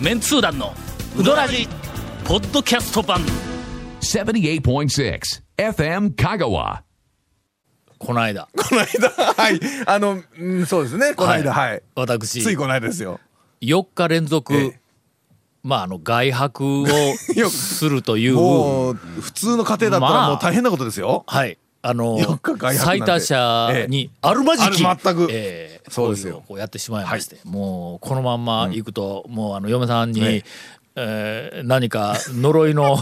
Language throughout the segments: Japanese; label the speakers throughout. Speaker 1: メンツー団のウドラジポッドキャスト版
Speaker 2: 78.6 FM Kagawa.
Speaker 1: この間
Speaker 3: この間はいあの、うんそうですねこの間はい、
Speaker 1: 私
Speaker 3: ついこの間ですよ
Speaker 1: 4日連続、
Speaker 3: ええ
Speaker 1: まああの外泊 を
Speaker 3: よ
Speaker 1: するという
Speaker 3: もう普通の家庭だった
Speaker 1: まあ
Speaker 3: らもう大変なことですよ、
Speaker 1: はいあの
Speaker 3: 四日外泊なん
Speaker 1: 最
Speaker 3: て
Speaker 1: 多者にあるまじき、
Speaker 3: ある全く
Speaker 1: えー
Speaker 3: そうですよ
Speaker 1: 行為をこうやってしまいまして、もうこのまんま行くと、もうあの嫁さんに、
Speaker 3: え
Speaker 1: えー何か呪い の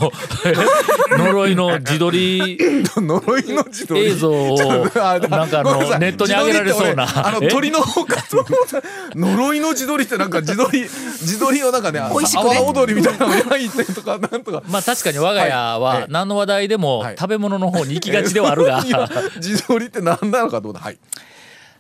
Speaker 1: 呪いの自撮り
Speaker 3: 呪いの自撮り
Speaker 1: 映像を
Speaker 3: あだ
Speaker 1: なんかあ
Speaker 3: ごめなさ
Speaker 1: の
Speaker 3: い
Speaker 1: ネットに上げられそうな
Speaker 3: 自撮りって俺あ
Speaker 1: え
Speaker 3: の鳥の方かと思った呪いの自撮りってなんか自撮り 自撮りをなんかね阿
Speaker 4: 恋しくね
Speaker 3: 波踊りみたいなのを焼いてとか なんとか
Speaker 1: まあ確かに我が家
Speaker 3: はい
Speaker 1: は
Speaker 3: ええ
Speaker 1: 何の話題でも
Speaker 3: はい
Speaker 1: 食べ物の方に行きがちではあるが、
Speaker 3: いや自撮りって何なのかと思ったはい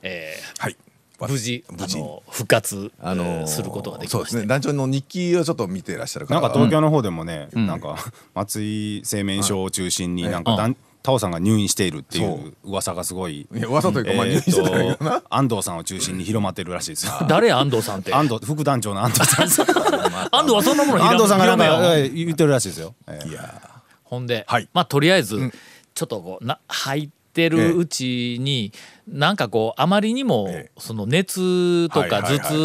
Speaker 1: え
Speaker 3: はい
Speaker 1: ー無事
Speaker 3: 無事
Speaker 1: あの復活、
Speaker 3: あの
Speaker 1: え
Speaker 3: ー
Speaker 1: ーすることができ
Speaker 3: そう
Speaker 1: ま
Speaker 3: で
Speaker 1: し
Speaker 3: す
Speaker 1: た、
Speaker 3: ね団長の日記をちょっと見てらっしゃるか
Speaker 5: な
Speaker 3: ら
Speaker 5: んか東京の方でもね、なんか 松井製麺所を中心になんかだん、タオさんが入院しているっていう噂がすごい。
Speaker 3: いや噂というか、まあ、入
Speaker 5: え
Speaker 3: 院してたん
Speaker 5: ー
Speaker 3: だ
Speaker 5: と安藤さんを中心に広まってるらしいですよ。
Speaker 1: 誰安藤さんって
Speaker 5: 安藤副団長の安藤さん。
Speaker 1: 安藤はそんなもの
Speaker 5: 安藤さんがなん
Speaker 1: ひらめよ
Speaker 5: かえー言ってるらしいですよ。えー
Speaker 3: けどいや
Speaker 1: ほんで、
Speaker 3: はい
Speaker 1: まあとりあえず、ちょっとこうな入ってるうちに、なんかこうあまりにも、
Speaker 3: ええ
Speaker 1: その熱とか
Speaker 3: はいはいはい
Speaker 1: 頭痛
Speaker 3: は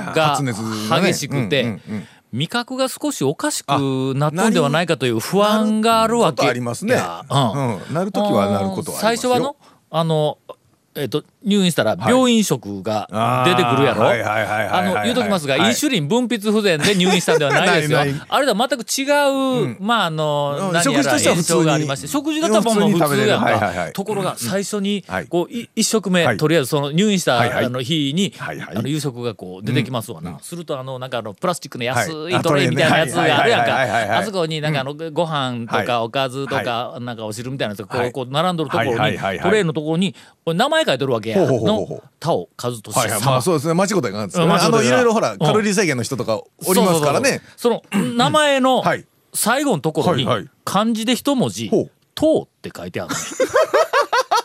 Speaker 3: いはい
Speaker 1: が
Speaker 3: 発熱がね
Speaker 1: 激しくて、
Speaker 3: うんうんうん
Speaker 1: 味覚が少しおかしくなったんではないかという不安があるわけ
Speaker 3: なることありますね
Speaker 1: や
Speaker 3: うんなる時はなることはありますよ
Speaker 1: 最初はのあのえっと入院したら病院食が出てくるやろ、
Speaker 3: あーはいはいはいはいはい
Speaker 1: あの言うときますが、
Speaker 3: はい
Speaker 1: インシュリン分泌不全で入院したんではないですよ
Speaker 3: ないない
Speaker 1: あれとは全く違う、まああの、
Speaker 3: うん
Speaker 1: 何や
Speaker 3: 食事
Speaker 1: ら
Speaker 3: としては
Speaker 1: 炎
Speaker 3: 普通に
Speaker 1: 症がありまして食事だったらもうもう
Speaker 3: 普通に
Speaker 1: 普
Speaker 3: 食べれ
Speaker 1: 通
Speaker 3: る
Speaker 1: やんか、
Speaker 3: はいはいはい
Speaker 1: ところが最初に
Speaker 3: はい
Speaker 1: こうい一食目、
Speaker 3: はい
Speaker 1: とりあえずその入院した、
Speaker 3: はいはい
Speaker 1: あの日に、
Speaker 3: はいはい
Speaker 1: あの夕食がこう出てきますわな、するとあのなんかあのプラスチックの安
Speaker 3: はい
Speaker 1: い
Speaker 3: あ
Speaker 1: トレイみたいなやつ
Speaker 3: トレイね
Speaker 1: があるやん
Speaker 3: はいはいはいはい
Speaker 1: か
Speaker 3: はい
Speaker 1: あそこになんかあのご飯と
Speaker 3: は
Speaker 1: か
Speaker 3: い
Speaker 1: おかずとかなんかお汁みたいなやつがこ
Speaker 3: は
Speaker 1: う
Speaker 3: い
Speaker 1: こう並んどるところに
Speaker 3: はいはいはいはい
Speaker 1: トレイのところにこれ名前書いてるわけや
Speaker 3: ほうほうほうほう
Speaker 1: の田尾和俊
Speaker 3: はい
Speaker 1: さ
Speaker 3: はい
Speaker 1: ん
Speaker 3: まあそうですね間違いなんですよね
Speaker 1: うん間違いな
Speaker 3: あ
Speaker 1: い
Speaker 3: のいろいろほら、
Speaker 1: うん
Speaker 3: カロリー制限の人とかおりますからね
Speaker 1: そうそうそうその名前の
Speaker 3: はい
Speaker 1: 最後のところに
Speaker 3: はいはい
Speaker 1: 漢字で一文字
Speaker 3: ほう
Speaker 1: 「とう」って書いてある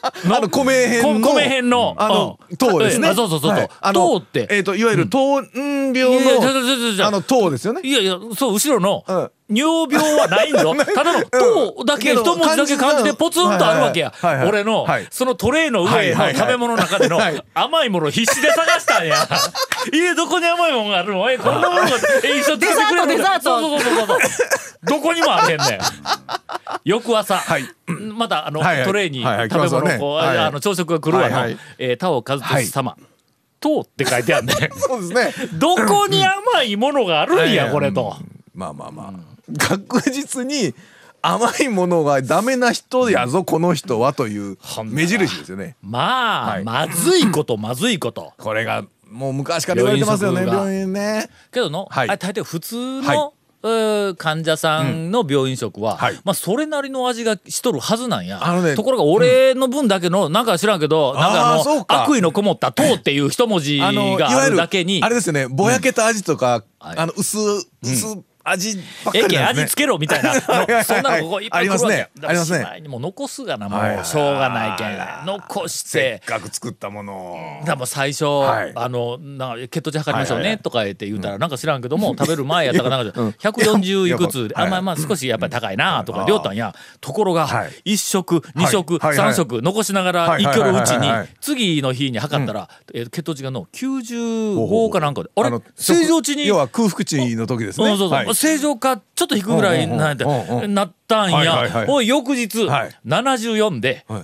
Speaker 3: あの米
Speaker 1: こ
Speaker 3: 編の
Speaker 1: 米編の
Speaker 3: あの
Speaker 1: うん
Speaker 3: 糖ですね
Speaker 1: あそうそうそうそう
Speaker 3: はいあの
Speaker 1: 糖って
Speaker 3: えっといわゆる糖尿病
Speaker 1: いやいやちょちょちょち
Speaker 3: の
Speaker 1: ょ
Speaker 3: あの糖ですよ
Speaker 1: の
Speaker 3: ね
Speaker 1: いやいやそう後ろの
Speaker 3: うん
Speaker 1: 尿病はないん だただの「とう」だけ
Speaker 3: け
Speaker 1: 一
Speaker 3: ど
Speaker 1: 文字だけ漢字でポツンとあるわけや
Speaker 3: はいはいはい
Speaker 1: 俺の
Speaker 3: はい
Speaker 1: そのトレイの
Speaker 3: は
Speaker 1: 上
Speaker 3: い
Speaker 1: の
Speaker 3: はいはい
Speaker 1: 食べ物の中での
Speaker 3: はい
Speaker 1: 甘いものを必死で探したん や家どこに甘いものがあるのえこんなものがえ一緒に出てくれるの
Speaker 4: デザートデザート
Speaker 1: そうそうそうそうそうどこにもあれへんねん翌朝、またあの、
Speaker 3: はいはい
Speaker 1: トレイに
Speaker 3: はいはい
Speaker 1: 食べ物を
Speaker 3: 来ますよね
Speaker 1: こう、
Speaker 3: はい
Speaker 1: あの朝食が来るわの、
Speaker 3: はいはい
Speaker 1: えー田尾和俊様、とうって書いてある ね
Speaker 3: そうですね
Speaker 1: どこに甘いものがあるんやこれと、
Speaker 3: まあまあまあ、確実に甘いものがダメな人やぞこの人はという
Speaker 1: ほんなら
Speaker 3: 目印ですよね
Speaker 1: まあ、
Speaker 3: はい
Speaker 1: まずいことまずいこと
Speaker 3: これがもう昔から言われてますよね
Speaker 1: 病院食が
Speaker 3: 病院ね
Speaker 1: けどの、
Speaker 3: はい
Speaker 1: あれ大体普通の、
Speaker 3: はいう
Speaker 1: ー患者さんの病院食は、
Speaker 3: はい
Speaker 1: まあ、それなりの味がしとるはずなんや、
Speaker 3: あのね
Speaker 1: ところが俺の分だけの、なんか知らんけどなんか
Speaker 3: あー
Speaker 1: あ
Speaker 3: そ
Speaker 1: の
Speaker 3: うか
Speaker 1: 悪意のこもった「とう」っていう一文字があるだけに
Speaker 3: あれですよねぼやけた味とか、
Speaker 1: はい
Speaker 3: あの薄、薄味ばっかり
Speaker 1: え
Speaker 3: なん
Speaker 1: け
Speaker 3: ですね
Speaker 1: ん味つけろみたいな
Speaker 3: い はい
Speaker 1: そんなのここいっぱい来るわけ
Speaker 3: ありますね
Speaker 1: だから
Speaker 3: ありますね
Speaker 1: しまいにもう残すがなも
Speaker 3: はいは
Speaker 1: う
Speaker 3: い
Speaker 1: しょうがないけん残し
Speaker 3: せってかく作ったものを
Speaker 1: だからもう最初、
Speaker 3: はい
Speaker 1: あのな血糖値測りましょう
Speaker 3: はいはいは
Speaker 1: ねとか言って言うたら、なんか知らんけども食べる前やった かなんかで140いくつで、
Speaker 3: はい
Speaker 1: あまあまあ少しやっぱり高いなとかで言うたんやところが
Speaker 3: はい
Speaker 1: 1食2食、
Speaker 3: はいはい
Speaker 1: 3食残しながら
Speaker 3: はい
Speaker 1: い
Speaker 3: はい
Speaker 1: けるうち
Speaker 3: はい
Speaker 1: に
Speaker 3: はいはい
Speaker 1: 次の日に測ったら、えー血糖値がの95かなんかで、
Speaker 3: あ
Speaker 1: あれ正常値に
Speaker 3: 要は空腹値の時ですね、
Speaker 1: うんそうそう
Speaker 3: はい
Speaker 1: 正常かちょっと低くぐらいなんやて
Speaker 3: うんうんうんうん
Speaker 1: なったん
Speaker 3: はいはい
Speaker 1: や
Speaker 3: はい
Speaker 1: おい翌日、
Speaker 3: はい
Speaker 1: 74で
Speaker 3: はい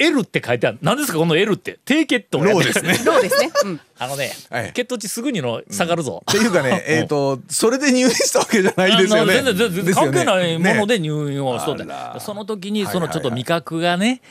Speaker 1: L って書いてある何ですかこの L って低血糖や
Speaker 3: ロ
Speaker 1: っ
Speaker 3: ー
Speaker 1: て
Speaker 3: ですねっ
Speaker 4: どうですね。うん。
Speaker 1: あのね、
Speaker 3: はい
Speaker 1: 血糖値すぐにの下がるぞ。
Speaker 3: ていうか ねえっ、とそれで入院したわけじゃ ないですよね
Speaker 1: あの全然全
Speaker 3: で
Speaker 1: 然
Speaker 3: すよ
Speaker 1: 関
Speaker 3: ね
Speaker 1: 係ないもの
Speaker 3: ね
Speaker 1: で入院をしとって、
Speaker 3: あら
Speaker 1: その時に
Speaker 3: はい
Speaker 1: そ
Speaker 3: はいは
Speaker 1: の
Speaker 3: い
Speaker 1: ちょっと味覚がね、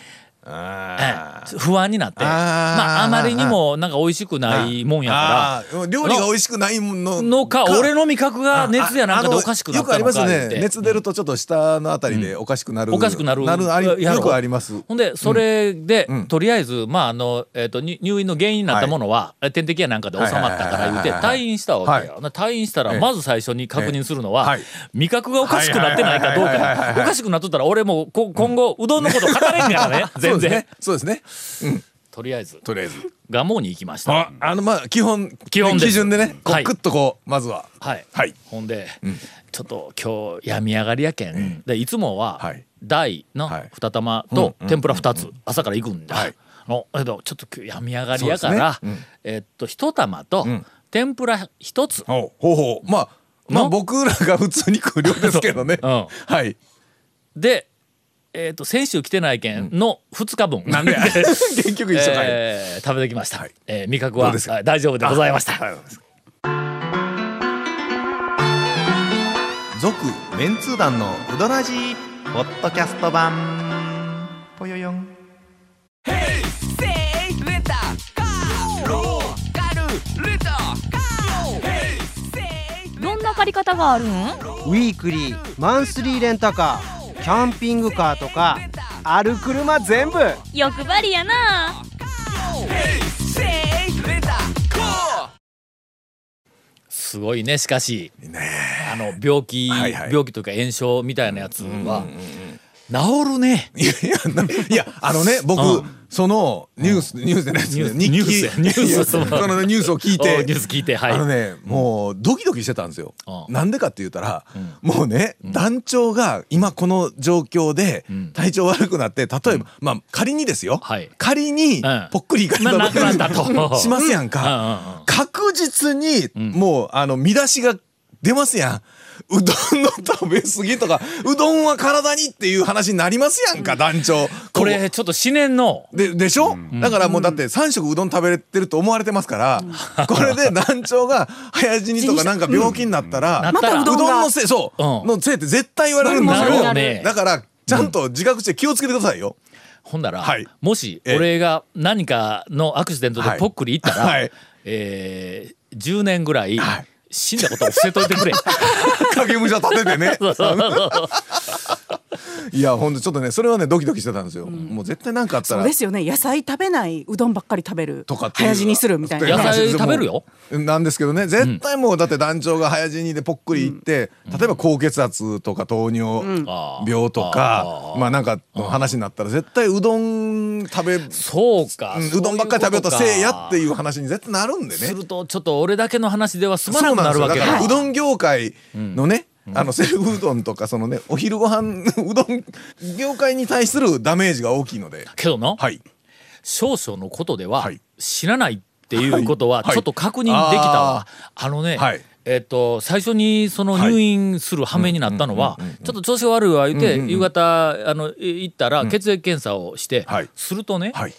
Speaker 3: あ
Speaker 1: ええ不安になって
Speaker 3: あー
Speaker 1: まああまりにもなんか美味しくないもんやか
Speaker 3: あー料理が美味しくないもの
Speaker 1: らのか俺の味覚が熱やなんかでおかしくなったのか
Speaker 3: よくあ
Speaker 1: 言
Speaker 3: ります
Speaker 1: う
Speaker 3: ね
Speaker 1: て
Speaker 3: 熱出るとちょっと下のあたりでおかしくなる、
Speaker 1: おかしくなる
Speaker 3: なるあり
Speaker 1: やろ
Speaker 3: よくあります
Speaker 1: ほんでそれで、
Speaker 3: うん
Speaker 1: とりあえず、まああのえー、とに入院の原因になったものは、え点滴やなんかで収まったから言うて
Speaker 3: はいはいはいはい
Speaker 1: 退院したわけよ、な退院したら
Speaker 3: ええ
Speaker 1: まず最初に確認するのは、
Speaker 3: ええはい
Speaker 1: 味覚がおかしくなってないかどうか
Speaker 3: はいはいはいはいはいはい
Speaker 1: やおかしくなっとったら俺もこ今後うどんのこと語れんからね全
Speaker 3: そう
Speaker 1: 然
Speaker 3: ですね。そうですね
Speaker 1: とりあえず
Speaker 3: とりあえず
Speaker 1: 蒲生に行きました
Speaker 3: ああのまあ基本
Speaker 1: 基本です
Speaker 3: 基準でねこ
Speaker 1: は
Speaker 3: う
Speaker 1: い
Speaker 3: グッとこうまずは
Speaker 1: はい、
Speaker 3: はい
Speaker 1: ほんで、ちょっと今日病み上がりやけん、でいつもは、
Speaker 3: はい
Speaker 1: 大の
Speaker 3: はい
Speaker 1: 2玉
Speaker 3: うん
Speaker 1: と
Speaker 3: うん
Speaker 1: 天ぷら2つ、朝から行くんだ、
Speaker 3: はい
Speaker 1: あのえっとちょっと今日病み上がりやから、
Speaker 3: そうですね
Speaker 1: えっと1玉と、
Speaker 3: ん
Speaker 1: 天ぷら1つ、
Speaker 3: ほうほうまあまあ
Speaker 1: の、
Speaker 3: 僕らが普通に食う量ですけどね
Speaker 1: うん
Speaker 3: はい
Speaker 1: で、えっと先週来てないけんの2日分、
Speaker 3: なんで 結局一緒か い、
Speaker 1: えー食べてきました、
Speaker 3: はい
Speaker 1: えー味覚
Speaker 3: ど
Speaker 1: は
Speaker 3: うですか
Speaker 1: あ大丈夫でございました
Speaker 4: 続メンツー団のウドラジーポッドキャスト版ぽよよん
Speaker 6: どんな借り方があるん
Speaker 7: ウィークリーマンスリーレンタカーキャンピングカーとかある車全部
Speaker 6: 欲張りやな
Speaker 1: すごいねしかしあの病気、
Speaker 3: はいはい
Speaker 1: 病気というか炎症みたいなやつは、治るね
Speaker 3: いやいや ないやあのね僕、そのニュース、ニュースじゃないです
Speaker 1: ニュ
Speaker 3: ね
Speaker 1: ース
Speaker 3: 日
Speaker 1: ニ
Speaker 3: 記
Speaker 1: ュースやニュース
Speaker 3: いや
Speaker 1: そ
Speaker 3: そうのニュースを聞い
Speaker 1: お
Speaker 3: て
Speaker 1: ニュース聞いてはい
Speaker 3: あのねもうドキドキしてたんですよ
Speaker 1: ああ
Speaker 3: なんでかって言ったら、もうね、団長が今この状況で体調悪くなって例えば、まあ仮にですよ、
Speaker 1: はい
Speaker 3: 仮に
Speaker 1: うん
Speaker 3: ぽっくりいかれた
Speaker 1: まあなくなったと
Speaker 3: しますやんか、
Speaker 1: うんうんうん
Speaker 3: 確実にもうあの見出しが出ますやんうどんの食べ過ぎとかうどんは体にっていう話になりますやんか団長
Speaker 1: こ
Speaker 3: う
Speaker 1: れちょっと思念の
Speaker 3: ででしょ、だからもうだって3食うどん食べれてると思われてますから、 これで団長が早死にとかなんか病気になったら、
Speaker 1: うんなったら
Speaker 3: うどんのせいそう、
Speaker 1: うん
Speaker 3: のせいって絶対言われるんです
Speaker 1: なるよ
Speaker 3: よ、
Speaker 1: ね
Speaker 3: だからちゃんと自覚して気をつけてくださいよ、
Speaker 1: ほんなら、
Speaker 3: はい
Speaker 1: もし
Speaker 3: ええ
Speaker 1: 俺が何かのアクシデントで
Speaker 3: はい
Speaker 1: ぽっくりいったら、
Speaker 3: はい
Speaker 1: えー10年ぐらい
Speaker 3: はい
Speaker 1: 死んだことを伏せといてくれ。
Speaker 3: 影武者立ててね
Speaker 1: そうそうそう
Speaker 3: いやほんとちょっとねそれはねドキドキしてたんですよ、もう絶対何かあった
Speaker 8: そう
Speaker 3: ら
Speaker 8: ですよね野菜食べないうどんばっかり食べる
Speaker 3: とかっていう
Speaker 8: 早死にするみたい
Speaker 1: 野
Speaker 8: な
Speaker 1: 菜食べるよ
Speaker 3: なんですけどね絶対もうだって団長が早死にでぽっくりいって、例えば高血圧とか糖尿病とか、まあなんかの話になったら絶対うどん食べ
Speaker 1: そうか、
Speaker 3: うん
Speaker 1: そう
Speaker 3: うどんばっかり食べようとせいやって
Speaker 1: う
Speaker 3: いう話に絶対なるんで
Speaker 1: ことか。す
Speaker 3: ね
Speaker 1: るとちょっと俺だけの話では済ま
Speaker 3: そ
Speaker 1: な
Speaker 3: う
Speaker 1: くな
Speaker 3: なんです
Speaker 1: る
Speaker 3: よ
Speaker 1: わ
Speaker 3: だ
Speaker 1: け
Speaker 3: か
Speaker 1: だ。
Speaker 3: らうどん業界のね、あのセルフうどんとかそのねお昼ご飯 うどん業界に対するダメージが大きいので
Speaker 1: けどな、
Speaker 3: はい
Speaker 1: 少々のことでは
Speaker 3: はい
Speaker 1: 知らないっていうことは
Speaker 3: はい
Speaker 1: ちょっと確認できたわ。
Speaker 3: はい
Speaker 1: あのね、
Speaker 3: はい
Speaker 1: えっと最初にその入院する羽目になったのはちょっと調子悪いわ言って夕方あのい行ったら血液検査をして
Speaker 3: はい
Speaker 1: するとね
Speaker 3: はい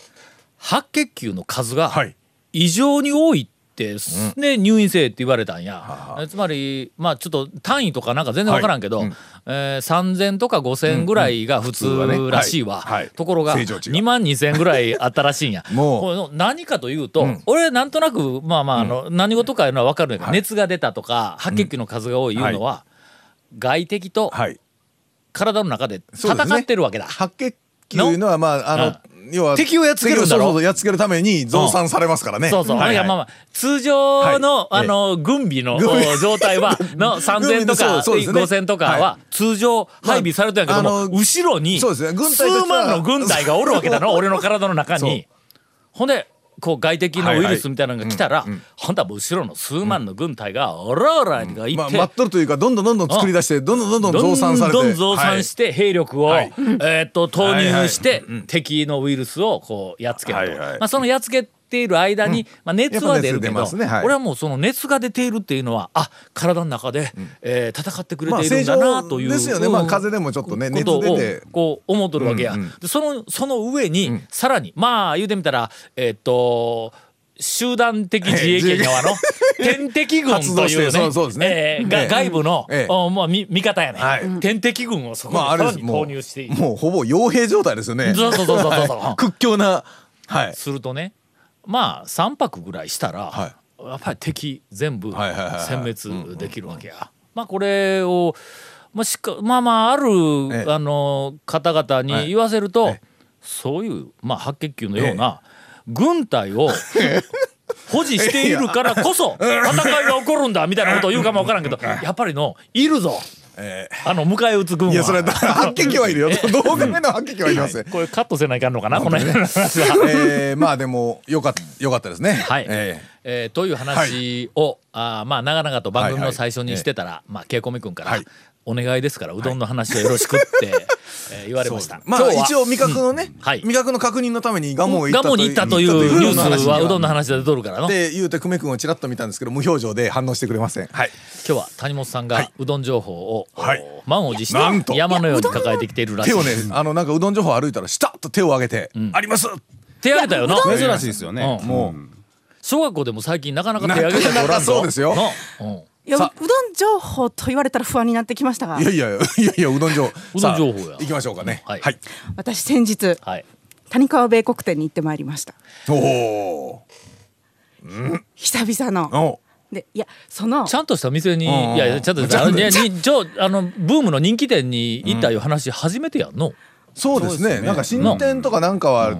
Speaker 1: 白血球の数が
Speaker 3: はい
Speaker 1: 異常に多いってすね入院生って言われたんや、えつまりまあちょっと単位とかなんか全然分からんけど、えー3,000とか5,000ぐらいが普
Speaker 3: はね
Speaker 1: 通らしいわ、
Speaker 3: はいはい
Speaker 1: ところが
Speaker 3: 正常値が
Speaker 1: 2万2,000ぐらいあったらしいんや
Speaker 3: もう
Speaker 1: これの何かというと、俺なんとなくまあまああの、何事かいうのは分かるんやけど、熱が出たとか白血球の数が多いいうのは、外敵と
Speaker 3: はい
Speaker 1: 体の中で
Speaker 3: そうですね
Speaker 1: 戦ってるわけだ。
Speaker 3: 白血球のはまああの、要は
Speaker 1: 敵をやっつけるんだろ
Speaker 3: 敵をそうそうやっつけるために増産されますからね。
Speaker 1: そうそう。
Speaker 3: はいい
Speaker 1: や
Speaker 3: はい
Speaker 1: まあまあ通常の、
Speaker 3: はい
Speaker 1: あの軍備の
Speaker 3: 軍備
Speaker 1: お状態 はの3000と
Speaker 3: 軍備のそ
Speaker 1: か
Speaker 3: うそうですね
Speaker 1: 5000とかは
Speaker 3: は
Speaker 1: 通常配備されてんやけども、
Speaker 3: まああの
Speaker 1: 後ろに
Speaker 3: そうですね軍隊としては
Speaker 1: 数万の軍隊がおるわけだ の俺の体の中に。ほんでこう外敵のウイルスみたいなのが来たら、ほんとはもう後ろの数万の軍隊がオラオラがいて、
Speaker 3: まあ待っとるというかどんどんどんどん作り出してどんどんどんどん増産されて
Speaker 1: どんどん増産して兵力を、
Speaker 3: はい
Speaker 1: えーっと投入して敵のウイルスをこうやっつけると、
Speaker 3: はいはい
Speaker 1: まあ、そのやっつけている間に、まあ、熱は出るけ
Speaker 3: やっ
Speaker 1: ど
Speaker 3: ぱ熱出ますねはい
Speaker 1: 俺はもうその熱が出ているっていうのはあ体の中で、えー戦ってくれ
Speaker 3: まあ
Speaker 1: ているんだなという、
Speaker 3: 正常ですよねまあ
Speaker 1: うん
Speaker 3: 風邪でもちょっとね
Speaker 1: こと
Speaker 3: 熱
Speaker 1: を
Speaker 3: 出て
Speaker 1: こう思っとるわけや、
Speaker 3: うんうん
Speaker 1: でそのその上に、さらにまあ言うてみたらえーっと集団的自衛権 側の天敵軍
Speaker 3: 活
Speaker 1: と
Speaker 3: 動し
Speaker 1: い
Speaker 3: て
Speaker 1: う
Speaker 3: そ
Speaker 1: ね
Speaker 3: うそうですね
Speaker 1: えーが
Speaker 3: ええ
Speaker 1: 外部の、
Speaker 3: ええ
Speaker 1: おまあ、み味方やね、
Speaker 3: はい
Speaker 1: 天敵軍をそこ
Speaker 3: ま
Speaker 1: に
Speaker 3: あ
Speaker 1: さ
Speaker 3: あれ
Speaker 1: ら
Speaker 3: です
Speaker 1: に
Speaker 3: も
Speaker 1: 投入していく、
Speaker 3: うもうほぼ傭兵状態ですよね。
Speaker 1: そうそうそうそうそうそう
Speaker 3: はい屈強なはい
Speaker 1: するとねまあ3泊ぐらいしたら、
Speaker 3: は
Speaker 1: やっぱり敵全部
Speaker 3: はいはいはいはい
Speaker 1: 殲滅できるわけや。まあこれをまあ、しかまあまあある、
Speaker 3: ええ
Speaker 1: あの方々に言わせると、
Speaker 3: ええ
Speaker 1: そういう、まあ、白血球のような軍隊を 保持 しているからこそ戦いが起こるんだみたいなことを言うかも分からんけどやっぱりのいるぞ
Speaker 3: え
Speaker 1: あの迎え撃つ軍
Speaker 3: ー
Speaker 1: はい
Speaker 3: やそれはだから白血球はいるよどう考えても白血球はいりません
Speaker 1: これカットせないかんのかなこの辺の話は。
Speaker 3: えーまあでもよかったよかったですね
Speaker 1: はい、え
Speaker 3: え
Speaker 1: ーという話を、あーまあ長々と番組
Speaker 3: はいは
Speaker 1: の
Speaker 3: い
Speaker 1: 最初にしてたら、まあ、けいこみ君から、
Speaker 3: はい
Speaker 1: お願いですからうどんの話をよろしくって、 えー言われました
Speaker 3: ー。まあ一
Speaker 1: 応
Speaker 3: 応味覚のね、
Speaker 1: はい
Speaker 3: 味覚の確認のためにガモへ行
Speaker 1: ガ
Speaker 3: った
Speaker 1: モ
Speaker 3: と
Speaker 1: に
Speaker 3: いう
Speaker 1: 行ったというニュースはうどんの
Speaker 3: 話
Speaker 1: 話で出とるからの今
Speaker 3: で言うて久米君をちらっと見たんですけど無表情で反応してくれませんはい
Speaker 1: 日は谷本さんがうどん情報を、
Speaker 3: はい
Speaker 1: お満を持し
Speaker 3: なん
Speaker 1: て
Speaker 3: と
Speaker 1: い山のように抱えてきているらしい
Speaker 3: 手をねあのなんかうどん情報歩いたらしたっと手を挙げて、あります
Speaker 1: 手挙げたよな
Speaker 5: 珍しいですよね
Speaker 1: う。ん
Speaker 5: も
Speaker 1: 小学校でも最近なかなか手挙げてない
Speaker 3: なかなかそうですよ
Speaker 1: なうん
Speaker 8: いやう
Speaker 3: さ
Speaker 8: うどん情報と言われたら不安になってきましたが
Speaker 3: いやいやいやいやうどん情報
Speaker 1: うど
Speaker 3: さ
Speaker 1: ん
Speaker 3: あ
Speaker 1: 情報や
Speaker 3: 行きましょうかね
Speaker 1: は
Speaker 3: はいい、
Speaker 8: 私先日
Speaker 1: はい
Speaker 8: 谷川米国店に行ってまいりました
Speaker 3: おお
Speaker 8: 久々の
Speaker 3: お
Speaker 8: でいやその
Speaker 1: ちゃんとした店に、
Speaker 3: ん
Speaker 1: いやいや、ちゃんとし
Speaker 3: ち
Speaker 1: た、
Speaker 3: ゃんと
Speaker 1: いやにちょ、あの、ブームの人気店に行ったいう話初めてやんの。
Speaker 3: そうですねなんか新店とかなんかは、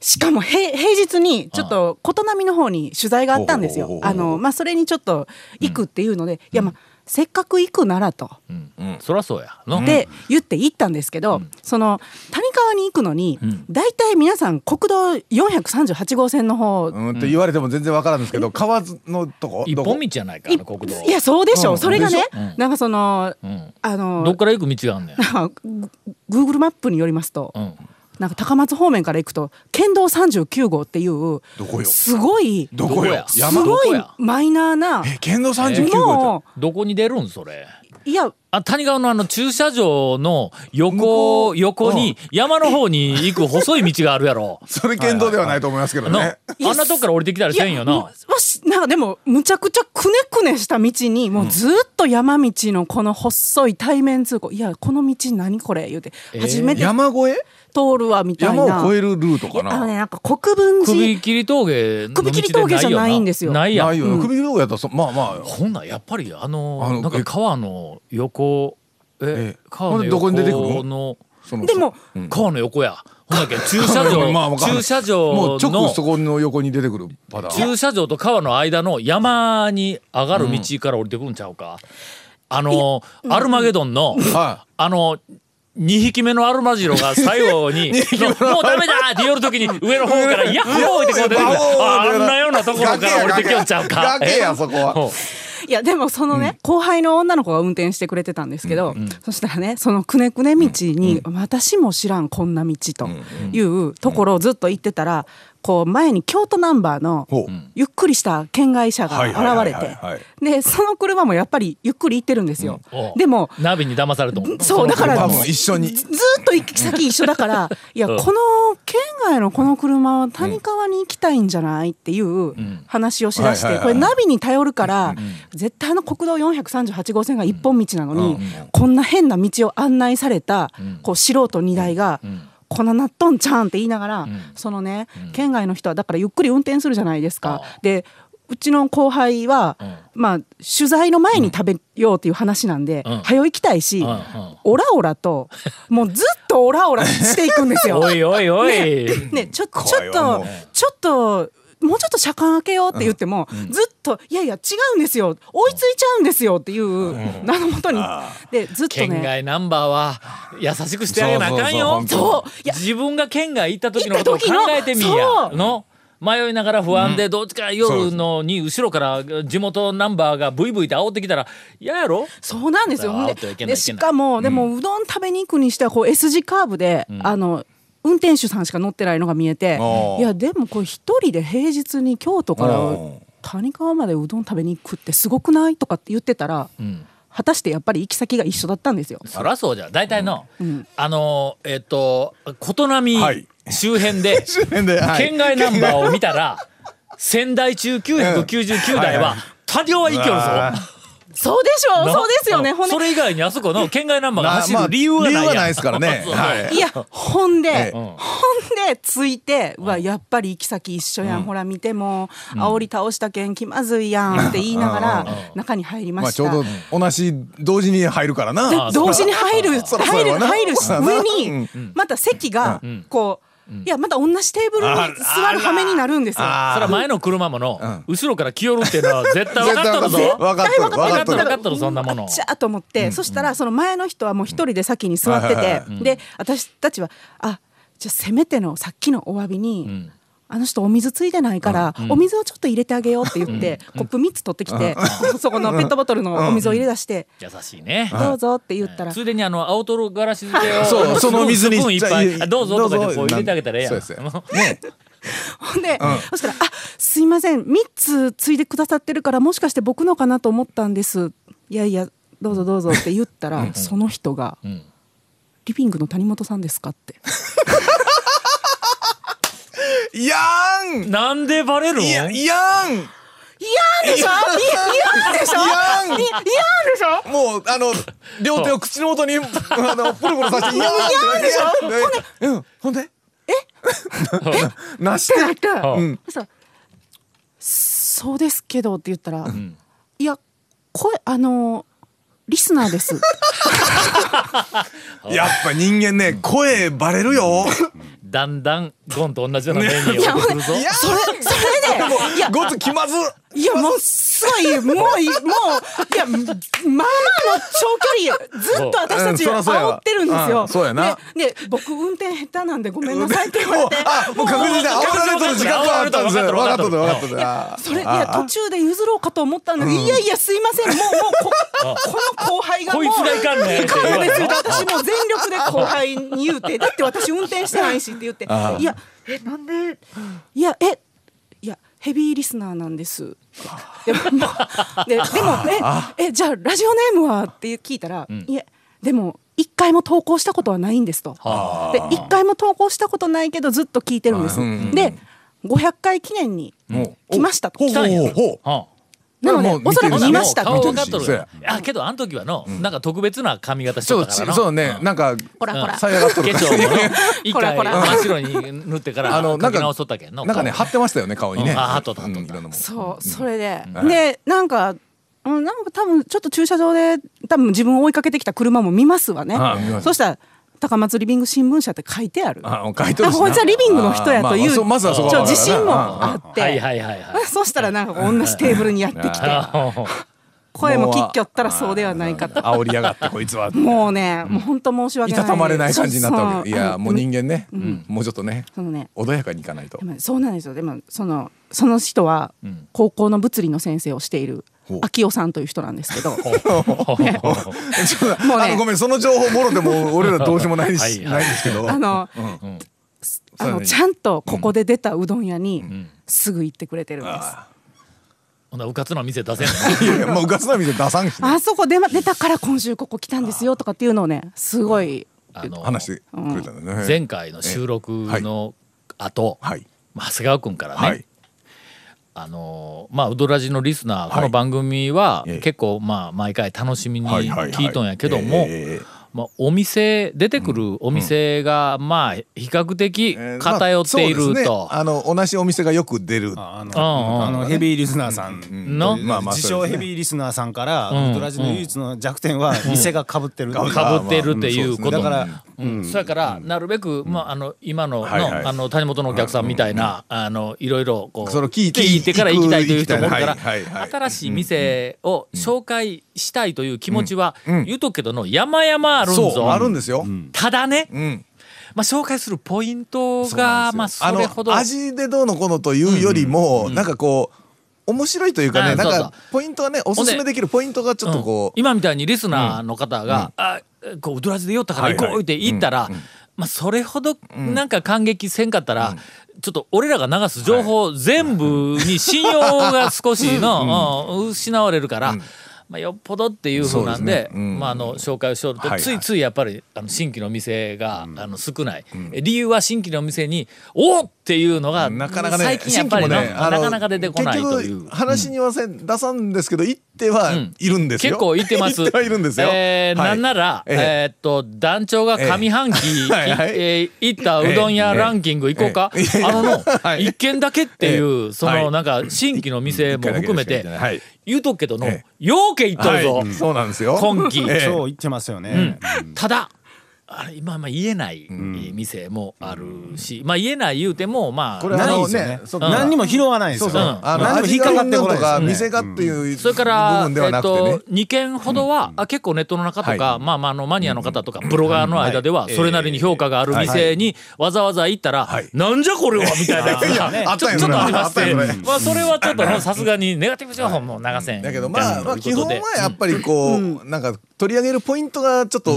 Speaker 8: しかも平平日にちょっと琴波の方に取材があったんです
Speaker 3: ほう
Speaker 8: よ
Speaker 3: ほうほうほう
Speaker 8: あのまあそれにちょっと行くっていうので、いやまあせっかく行くならと、
Speaker 1: そらそうや。の。
Speaker 8: で言って行ったんですけど、その谷川に行くのに、
Speaker 1: ん
Speaker 8: 大体皆さん国道438号線の方、
Speaker 3: うんって言われても全然わからんですけど川津のとこ
Speaker 1: 一
Speaker 3: どこ
Speaker 1: 本道じゃないか、あの国道。
Speaker 8: いやそうでしょ、
Speaker 3: うん
Speaker 8: それがね
Speaker 3: でし、
Speaker 1: うん
Speaker 8: なんかその、
Speaker 1: うん。
Speaker 8: あの
Speaker 1: どっから行く道があん ねん。
Speaker 8: グ Google マップによりますと、
Speaker 1: うん。
Speaker 8: なんか高松方面から行くと県道39号っていう
Speaker 3: どこよ
Speaker 8: すごい
Speaker 3: どこよ
Speaker 1: 山
Speaker 8: すごい
Speaker 1: どこや
Speaker 8: マイナーな
Speaker 3: え県道39号っ
Speaker 8: も
Speaker 1: どこに出るん、それ。
Speaker 8: ういや
Speaker 1: あ、谷川のあの駐車場の横、
Speaker 3: こ
Speaker 1: 横に、山の方に行く細い道があるやろ。
Speaker 3: てそれ県道ではないと思いますけどね、
Speaker 1: の、あんなとこから降りてきたり
Speaker 8: い
Speaker 1: せ
Speaker 8: や
Speaker 1: んよ
Speaker 8: も
Speaker 1: な。
Speaker 8: うもしなんかでもむちゃくちゃくねくねした道にもうずーっと山道のこの細い対面通行いやこの道何これ言うて
Speaker 1: えー
Speaker 8: 初めて
Speaker 3: 山越え
Speaker 8: 通るわみたいな、
Speaker 3: 山を越えるルートか
Speaker 8: いやあの
Speaker 3: な
Speaker 8: ねなんか国分寺
Speaker 1: 首切り峠の道でないよな。
Speaker 8: 首切り峠じゃないんですよ
Speaker 1: ないやん
Speaker 3: ないよね首道具やったらそまあまあ
Speaker 1: ほんなんやっぱりあの
Speaker 3: あの
Speaker 1: なんか
Speaker 3: え
Speaker 1: 川の横え
Speaker 3: ええ
Speaker 1: 川の
Speaker 3: ほんでどこに出てくる
Speaker 1: 横の
Speaker 3: その
Speaker 8: でも
Speaker 1: 川の横やほんだっけ駐車場
Speaker 3: まあわかんない
Speaker 1: 駐車場
Speaker 3: もう直そ
Speaker 1: の
Speaker 3: この横に出てくるパターン
Speaker 1: 駐車場と川の間の山に上がる道から降りてくるんちゃうか、あのアルマゲドンの、
Speaker 3: は
Speaker 1: あの2匹目のアルマジロが最後 にのもうダメだ!」って言る時に上の方から「ヤッホー!」ってこう出てくる
Speaker 3: バオー
Speaker 1: ああんなようなところから降りてきよっちゃうか。
Speaker 3: 崖や崖やそこは
Speaker 8: はいやでもそのね、後輩の女の子が運転してくれてたんですけど、そしたらねそのくねくね道に、私も知らんこんな道というところをずっと行ってたらこう前に京都ナンバーの
Speaker 3: ほう
Speaker 8: ゆっくりした県外車が現れ
Speaker 3: はいはい
Speaker 8: て
Speaker 3: はいはい
Speaker 8: でその車もやっぱりゆっくり行ってるんですよ。
Speaker 1: うん
Speaker 8: でも
Speaker 1: ナビに騙されたもん
Speaker 8: そうだから
Speaker 3: 多分一緒に
Speaker 8: ずずーっと行き先一緒だからいやこ
Speaker 1: うん
Speaker 8: の県外のこの車は谷川に行きたいんじゃないっていう話をしだし
Speaker 3: はい
Speaker 8: て
Speaker 3: はい
Speaker 8: こ
Speaker 3: は
Speaker 8: れ
Speaker 3: い
Speaker 8: ナビに頼るから絶対あの国道438号線が一本道なのにこんな変な道を案内されたこう素人2台が。こんななっとんちゃうんって言いながら、そのね、県外の人はだからゆっくり運転するじゃないですか。でうちの後輩は、まあ取材の前に食べようっていう話なんで、
Speaker 1: うん
Speaker 8: 早行きたいし、
Speaker 1: うんうん
Speaker 8: オラオラともうずっとオラオラしていくんですよ。
Speaker 1: おいおいおい、
Speaker 8: ねちょちょ
Speaker 3: 怖
Speaker 8: っ
Speaker 3: いわ
Speaker 8: と
Speaker 3: もう
Speaker 8: ちょっともうちょっと車間開けようって言っても、ずっと「いやいや違うんですよ追いついちゃうんですよ」っていう名のもとに、でずっと
Speaker 1: 県
Speaker 8: ね
Speaker 1: 外ナンバーは優しくしてあげなあかんよ
Speaker 3: そうそうそう
Speaker 8: 本当そういや
Speaker 1: 自分が県外行った時のことを考
Speaker 8: 行った時の
Speaker 1: えてみいや
Speaker 8: そう
Speaker 1: の迷いながら不安でどっちか夜のに後ろから地元ナンバーがブイブイと煽ってきたら嫌やろ
Speaker 8: そうなんですよ
Speaker 1: あー
Speaker 8: で
Speaker 1: いけないいけな
Speaker 8: で
Speaker 1: い
Speaker 8: しかもでもうどん食べに行くにしてはこう S 字カーブで、あの運転手さんしか乗ってないのが見えて
Speaker 3: ー
Speaker 8: いやでもこれ一人で平日に京都から
Speaker 3: うん
Speaker 8: 谷川までうどん食べに行くってすごくないとかって言ってたら、果たしてやっぱり行き先が一緒だったんですよ。
Speaker 1: そらそうじゃ大体の、あのえっと琴波
Speaker 3: はい
Speaker 1: 周辺で
Speaker 3: 辺ではい
Speaker 1: 県外ナンバーを見たら仙台中999台は多量は行きよるぞ。
Speaker 8: そうでしょう
Speaker 1: な
Speaker 8: そうですよね
Speaker 1: ん
Speaker 8: ほんで
Speaker 1: それ以外にあそこの県外ナンバーが走る理由はないやん
Speaker 3: まあ理由はないですから ね
Speaker 1: そう
Speaker 3: はい
Speaker 8: いやほんで、
Speaker 3: ええ
Speaker 8: ほんでついてうわやっぱり行き先一緒やん、ほら見ても煽り倒したけん気まずいやんって言いながら中に入りま
Speaker 3: まあ
Speaker 8: し
Speaker 3: ち
Speaker 8: た。
Speaker 3: ょうど同じ同時に入るからな
Speaker 8: で同時に入る
Speaker 3: そらそう
Speaker 8: 入
Speaker 3: や
Speaker 8: る
Speaker 3: わな
Speaker 8: 入る
Speaker 3: そうやな
Speaker 8: 上にまた席がこう。いやまた同じテーブルに座る羽目になるんですよ。
Speaker 1: それは前の車もの、後ろから来よるっていうのは絶対分かっとるぞ
Speaker 3: 絶対分かっとる
Speaker 1: 分かっとる
Speaker 3: 分
Speaker 1: 分
Speaker 3: か
Speaker 1: か
Speaker 3: っ
Speaker 1: っ
Speaker 3: と
Speaker 1: とるそんなもの
Speaker 8: じゃあと思って、そしたらその前の人はもう一人で先に座ってて、で私たちはあじゃあせめてのさっきのお詫びに、あの人お水ついてないから、お水をちょっと入れてあげようって言って、コップ3つ取ってきて、そこのペットボトルのお水を入れ出して、
Speaker 1: 優しいね
Speaker 8: どうぞって言ったら、
Speaker 1: ついでにあの青トロガラシ漬けを
Speaker 3: そうその水に
Speaker 1: スプーン一杯
Speaker 3: じゃあ
Speaker 1: あどうぞとか言って
Speaker 3: ど
Speaker 1: こ
Speaker 3: うぞ
Speaker 1: う入れてあげたらええやん
Speaker 3: そうですよ
Speaker 8: ほん で、そしたら「あすいません3つついでくださってるからもしかして僕のかなと思ったんです」「いやいやどうぞどうぞ」って言ったらその人が、リビングの谷本さんですか?」って
Speaker 3: やん
Speaker 1: なんでバレるの
Speaker 3: いや
Speaker 1: い
Speaker 3: やん
Speaker 8: 「いやんでしょいやんでしょい
Speaker 3: いやん
Speaker 8: やんでしょ
Speaker 3: もうあ の両手を口の元にあのプルプルさせて「いやーん」でしょうんほんでえ なし
Speaker 8: って
Speaker 3: て
Speaker 8: なって、
Speaker 3: うん
Speaker 8: そしたらそうですけど」って言ったら「いや声あのリスナーです」
Speaker 3: やっぱ人間ね声バレるよ
Speaker 1: だんだんゴンと同じようなメニュ
Speaker 8: いや
Speaker 1: ーを
Speaker 8: ほ
Speaker 1: 送
Speaker 8: ん
Speaker 1: る
Speaker 8: で
Speaker 1: ぞ
Speaker 8: それそれでいや
Speaker 3: ごつ気まず
Speaker 8: いやもうす ごいもういもういやまあまあの長距離ずっと私たち
Speaker 3: うんうんそらそうや
Speaker 8: 煽
Speaker 3: わ
Speaker 8: ってるんです
Speaker 3: う
Speaker 8: よ。
Speaker 3: んそうやな
Speaker 8: でで僕運転下手なん でごめんなさいって言わ
Speaker 3: も
Speaker 8: れ
Speaker 3: う
Speaker 8: て。
Speaker 3: あもう確実に煽られとる時間があったんですよ分かっとる分かっとるあ
Speaker 8: それいや途中で譲ろうかと思ったんだけど、いやいやすいませんもうもうこ この後輩がも
Speaker 1: こ
Speaker 8: う
Speaker 1: いつがいかんねんって言
Speaker 8: そう
Speaker 1: われ
Speaker 8: です
Speaker 1: て
Speaker 8: よ私もう全力で後輩に言うてだって私運転してないしって言っていやえなんでいやえいやヘビーリスナーなんですでもででもええじゃあラジオネームはって聞いたら、いえでも一回も投稿したことはないんですとで一回も投稿したことないけどずっと聞いてるんです、で500回記念に来ましたと
Speaker 3: ほうほうほう
Speaker 1: うん
Speaker 8: なので
Speaker 3: もう見てる
Speaker 8: おそらく見ました
Speaker 1: 顔
Speaker 8: と
Speaker 3: もう
Speaker 1: 分かっとる
Speaker 3: そうや
Speaker 1: よあけどあの時はのなんか特別な髪型し
Speaker 3: そ
Speaker 1: とっ
Speaker 3: う
Speaker 1: たから
Speaker 3: ち
Speaker 1: な
Speaker 3: そうねなんか
Speaker 8: ほらほら
Speaker 3: さやがっと
Speaker 1: 化
Speaker 3: る
Speaker 1: 粧もの一
Speaker 8: こら
Speaker 1: 回
Speaker 8: こら
Speaker 1: 真っ白に塗ってから
Speaker 3: あの
Speaker 1: 書
Speaker 3: なん
Speaker 1: き
Speaker 3: か
Speaker 1: 直しとったけんの
Speaker 3: なんかね貼ってましたよね顔にね
Speaker 1: うんあ貼っとった貼っとった
Speaker 3: うんいろんなもん
Speaker 8: そうそれで、でなんかうんなんか多分ちょっと駐車場で多分自分を追いかけてきた車も見ますわね、
Speaker 3: あ見ます
Speaker 8: そしたら高松リビング新聞社って書いてある
Speaker 3: あもう書いとるしな
Speaker 8: あこいつはリビングの人やとい
Speaker 3: あまあそううまずはそこは
Speaker 8: ちょっと自信もあって、
Speaker 1: はいはいはいはい
Speaker 8: そしたらなんかこう同じテーブルにやってきて声もきっきょったらそうではないかと
Speaker 3: 煽りやがってこいつ は
Speaker 8: もうねもう本当申し
Speaker 3: い
Speaker 8: 訳ない
Speaker 3: たたまれない感じになったわけい
Speaker 8: そう
Speaker 3: や
Speaker 8: ん
Speaker 3: もう人間ねもうちょっとね
Speaker 8: そのね
Speaker 3: 穏やかにいかないと
Speaker 8: でもそうなんですよでもそのその人は高校の物理の先生をしている
Speaker 3: う
Speaker 8: 秋夫さんという人なんですけど
Speaker 3: ちょっと
Speaker 8: もうね
Speaker 3: あのごめんその情報もろでも俺らどうしようもないし
Speaker 1: はいはい
Speaker 3: ないんですけど
Speaker 8: あの,、あ
Speaker 3: そう
Speaker 8: の
Speaker 3: ね
Speaker 8: ちゃんとここで出たうどん屋にすぐ行ってくれてるんです。
Speaker 1: ほんならうかつな店出せんの
Speaker 3: いやいやもうガスなみで出さんしね
Speaker 8: あそこ出,、ま、出たから今週ここ来たんですよとかっていうのをねすごい
Speaker 1: あの
Speaker 3: 話してくれたんだね
Speaker 1: 前回の収録の後、
Speaker 3: はい
Speaker 1: 長谷川君からね、
Speaker 3: はい
Speaker 1: あのーまあウドラジのリスナー、
Speaker 3: はい
Speaker 1: この番組は
Speaker 3: ええ
Speaker 1: 結構まあ毎回楽しみに
Speaker 3: はいはいはい
Speaker 1: 聞いとんやけども、
Speaker 3: ええ
Speaker 1: まあ、お店出てくるお店がまあ比較的偏ってい
Speaker 3: まあそう
Speaker 1: る
Speaker 3: ですね
Speaker 1: と。
Speaker 3: あの同じお店がよく出る
Speaker 5: ああ
Speaker 1: うんうん
Speaker 5: のあのヘビーリスナーさん
Speaker 1: の
Speaker 5: まあまあ自
Speaker 3: そう
Speaker 5: 称
Speaker 3: ですね
Speaker 5: ヘビーリスナーさんから、
Speaker 1: ん
Speaker 5: ウドラジの唯一の弱点は店が被って
Speaker 3: う
Speaker 5: る、
Speaker 3: ん
Speaker 1: かぶってるっていうこと、
Speaker 5: だから、
Speaker 1: うんそやからなるべく、まあ、あの今のの,、
Speaker 3: はいはい
Speaker 1: あの谷本のお客さんみたいな、あのいろいろこう
Speaker 3: その聞い
Speaker 1: 聞いてから行きたいという人もおるから、
Speaker 3: 行きたいはいはいはい
Speaker 1: 新しい店を紹介したいという気持ちは、
Speaker 3: うんうん
Speaker 1: 言うとくけどの山々あるんぞ
Speaker 3: そうあるんですよ
Speaker 1: ただね、
Speaker 3: うん
Speaker 1: まあ、紹介するポイント
Speaker 3: そうな
Speaker 1: が
Speaker 3: ん
Speaker 1: まあ
Speaker 3: です
Speaker 1: そ
Speaker 3: よ
Speaker 1: れほど
Speaker 3: あの味でどうのこうのというよりもなんかこう面白いというかね
Speaker 1: うん
Speaker 3: な
Speaker 1: そ
Speaker 3: ん
Speaker 1: うそう
Speaker 3: かポイントはねおすすめできるポイントがちょっとこ
Speaker 1: うん今みたいにリスナーの方が「あこうウドラジで酔ったから行こう」
Speaker 3: はいはい
Speaker 1: って言ったら、まあ、それほどなんか感激せんかったら、ちょっと俺らが流す情報全部に信用が少しの、うん失われるから。まあ、よっぽどっていうふうなんで
Speaker 3: そうですねうん
Speaker 1: まあ、あの紹介をしとると、
Speaker 3: はいはい
Speaker 1: ついついやっぱりあの新規の店が、あの少ない、理由は新規の店に「おっ!」っていうのが
Speaker 3: うなかなかね
Speaker 1: 最近やっぱり
Speaker 3: 新
Speaker 1: な,、
Speaker 3: 規もねあ
Speaker 1: な
Speaker 3: の
Speaker 1: かなか出てこないとい
Speaker 3: 結
Speaker 1: う
Speaker 3: 局。話にはせん出さんですけど行ってはいるんですよ
Speaker 1: 結構いてます。
Speaker 3: 行ってはいるんですよ
Speaker 1: えー
Speaker 3: はい
Speaker 1: なんなら、
Speaker 3: え
Speaker 1: えー
Speaker 3: え
Speaker 1: っと、団長が上半期、
Speaker 3: え はいはい
Speaker 1: えー行ったうどん屋ランキング行こうか。
Speaker 3: ええええ
Speaker 1: あのの、
Speaker 3: はい
Speaker 1: 一軒だけっていう、そ
Speaker 3: はい
Speaker 1: の、なんか、新規の店も含めて、
Speaker 3: はい
Speaker 1: 言うとくけどの、
Speaker 3: ええ
Speaker 1: ようけ行っとるぞ、
Speaker 3: はいそうなんですよ
Speaker 1: 今期。
Speaker 5: そう言ってますよね、
Speaker 1: ただ、あれ今まあ言えない店もあるし、まあ言えない言うてもまあ
Speaker 3: これはあ
Speaker 5: ない
Speaker 3: の
Speaker 5: ですよ
Speaker 3: ね
Speaker 5: ね
Speaker 3: そう
Speaker 5: 何にも拾わないです
Speaker 3: そう
Speaker 5: よ
Speaker 3: そう、
Speaker 1: うん
Speaker 3: あの
Speaker 5: 何にも
Speaker 3: 味
Speaker 5: 引
Speaker 3: が
Speaker 5: っか
Speaker 3: う
Speaker 5: か
Speaker 3: ん
Speaker 5: って
Speaker 3: ぬん
Speaker 5: ことないです
Speaker 3: か
Speaker 5: よね
Speaker 3: 店かっていう
Speaker 1: それか
Speaker 3: 部
Speaker 1: ら、
Speaker 3: 分では
Speaker 1: えっ
Speaker 3: なくてね
Speaker 1: と、2件ほどは、あ結構ネットの中とか、まあまああのマニアの方とか、ブロガーの間では、
Speaker 5: はい
Speaker 1: それなりに評価がある店に、わざわざ行ったら、
Speaker 3: はい
Speaker 1: なんじゃこれはみたいなやつが、
Speaker 3: いやあっ
Speaker 1: ちょ
Speaker 3: たよ
Speaker 1: ちょっとありまし
Speaker 3: あった
Speaker 1: て、
Speaker 3: よね
Speaker 1: まあそれはちょっとのさすがにネガティブ情報も流せん。
Speaker 3: だけどまあ、まあ、
Speaker 1: と
Speaker 3: 基
Speaker 1: いうこ
Speaker 3: 本
Speaker 1: と
Speaker 3: は
Speaker 1: で
Speaker 3: やっぱりこう、なんか取り上げるポイントがちょっと、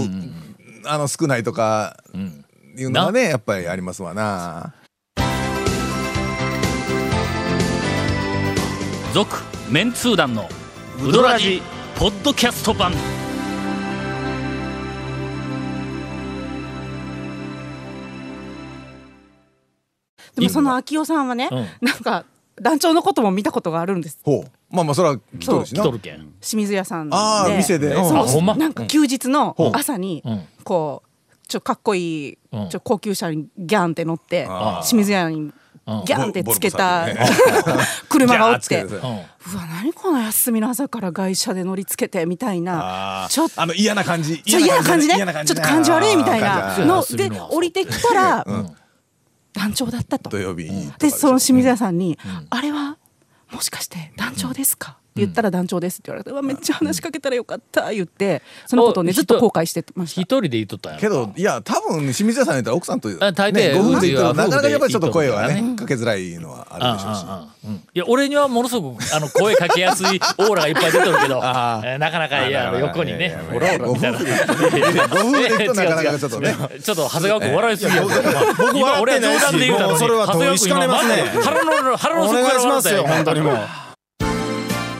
Speaker 3: あの少ないとかいうのがねやっぱりありますわな。
Speaker 1: 続メンツー団のウドラジポッドキャスト版
Speaker 8: でもその秋代さんはね、
Speaker 1: うん
Speaker 8: なんか団長のことも見たことがあるんです
Speaker 3: ほうまあまあそれは来とるし
Speaker 1: 来
Speaker 3: な。
Speaker 1: とるけん。
Speaker 8: 清水屋さんで
Speaker 3: ああ店で。うん
Speaker 1: あほんま
Speaker 8: なんか休日の
Speaker 1: ほう
Speaker 8: 朝に
Speaker 1: うん
Speaker 8: こうちょっとかっこいい
Speaker 1: う
Speaker 8: ちょ
Speaker 1: ん
Speaker 8: っと高級車にギャンって乗って
Speaker 3: あー
Speaker 8: 清水屋にギャンってつけた
Speaker 3: ボルボ
Speaker 8: 車がおっ
Speaker 3: ギャー
Speaker 8: て
Speaker 3: つけて
Speaker 8: う
Speaker 3: る
Speaker 1: うん
Speaker 8: わ何この休みの朝から外車で乗りつけてみたいなちょっと
Speaker 3: あの嫌な感じ。
Speaker 8: ちょ嫌な感じね
Speaker 3: 嫌
Speaker 8: ちょ
Speaker 3: な
Speaker 8: っと感じ悪いみたい
Speaker 3: 感
Speaker 8: な
Speaker 3: じ悪い
Speaker 8: の
Speaker 1: そう
Speaker 8: で
Speaker 1: 休みの朝
Speaker 8: 降りてきたら団長だったと
Speaker 3: 土曜日にとか
Speaker 8: で
Speaker 3: で
Speaker 8: その清水屋さんに「あれはもしかして団長ですか?」って言ったら団長ですって言われて「うわめっちゃ話しかけたらよかった」言ってそのことをね
Speaker 1: お
Speaker 8: ずっと後悔してま
Speaker 1: 一
Speaker 8: した。
Speaker 1: 人で言っとったんや
Speaker 3: けどいや多分清水屋さんやったら奥さんと
Speaker 1: あ大抵
Speaker 3: ねご夫婦で行っ
Speaker 1: う
Speaker 3: て
Speaker 1: ちは
Speaker 3: もなかなかやっぱりちょっと声は
Speaker 1: 夫婦で行っとるから
Speaker 3: ねかけづらいのはあるでしょうし。
Speaker 1: うんうんうんいや俺にはものすごくあの声かけやすいオーラがいっぱい出てるけど、えーなかなかいや横にねオラオラみたいな。
Speaker 3: ご夫婦で行くとなかなかちょっとね。
Speaker 1: ちょっと長谷川君笑いすぎやぞ
Speaker 5: 僕
Speaker 1: 今
Speaker 5: 笑っ
Speaker 1: 俺は
Speaker 5: て
Speaker 1: 冗
Speaker 5: ないし
Speaker 1: 談で言うたの
Speaker 5: も
Speaker 1: に
Speaker 5: うそれは
Speaker 1: 長谷川
Speaker 5: 同意
Speaker 1: 君
Speaker 5: しかね
Speaker 1: 今
Speaker 5: ますね
Speaker 1: 腹の腹の
Speaker 5: お
Speaker 1: 底か
Speaker 5: 願い
Speaker 1: ら
Speaker 5: し
Speaker 1: 笑
Speaker 5: ま
Speaker 1: った
Speaker 5: すよ
Speaker 1: よ
Speaker 5: 本当にもう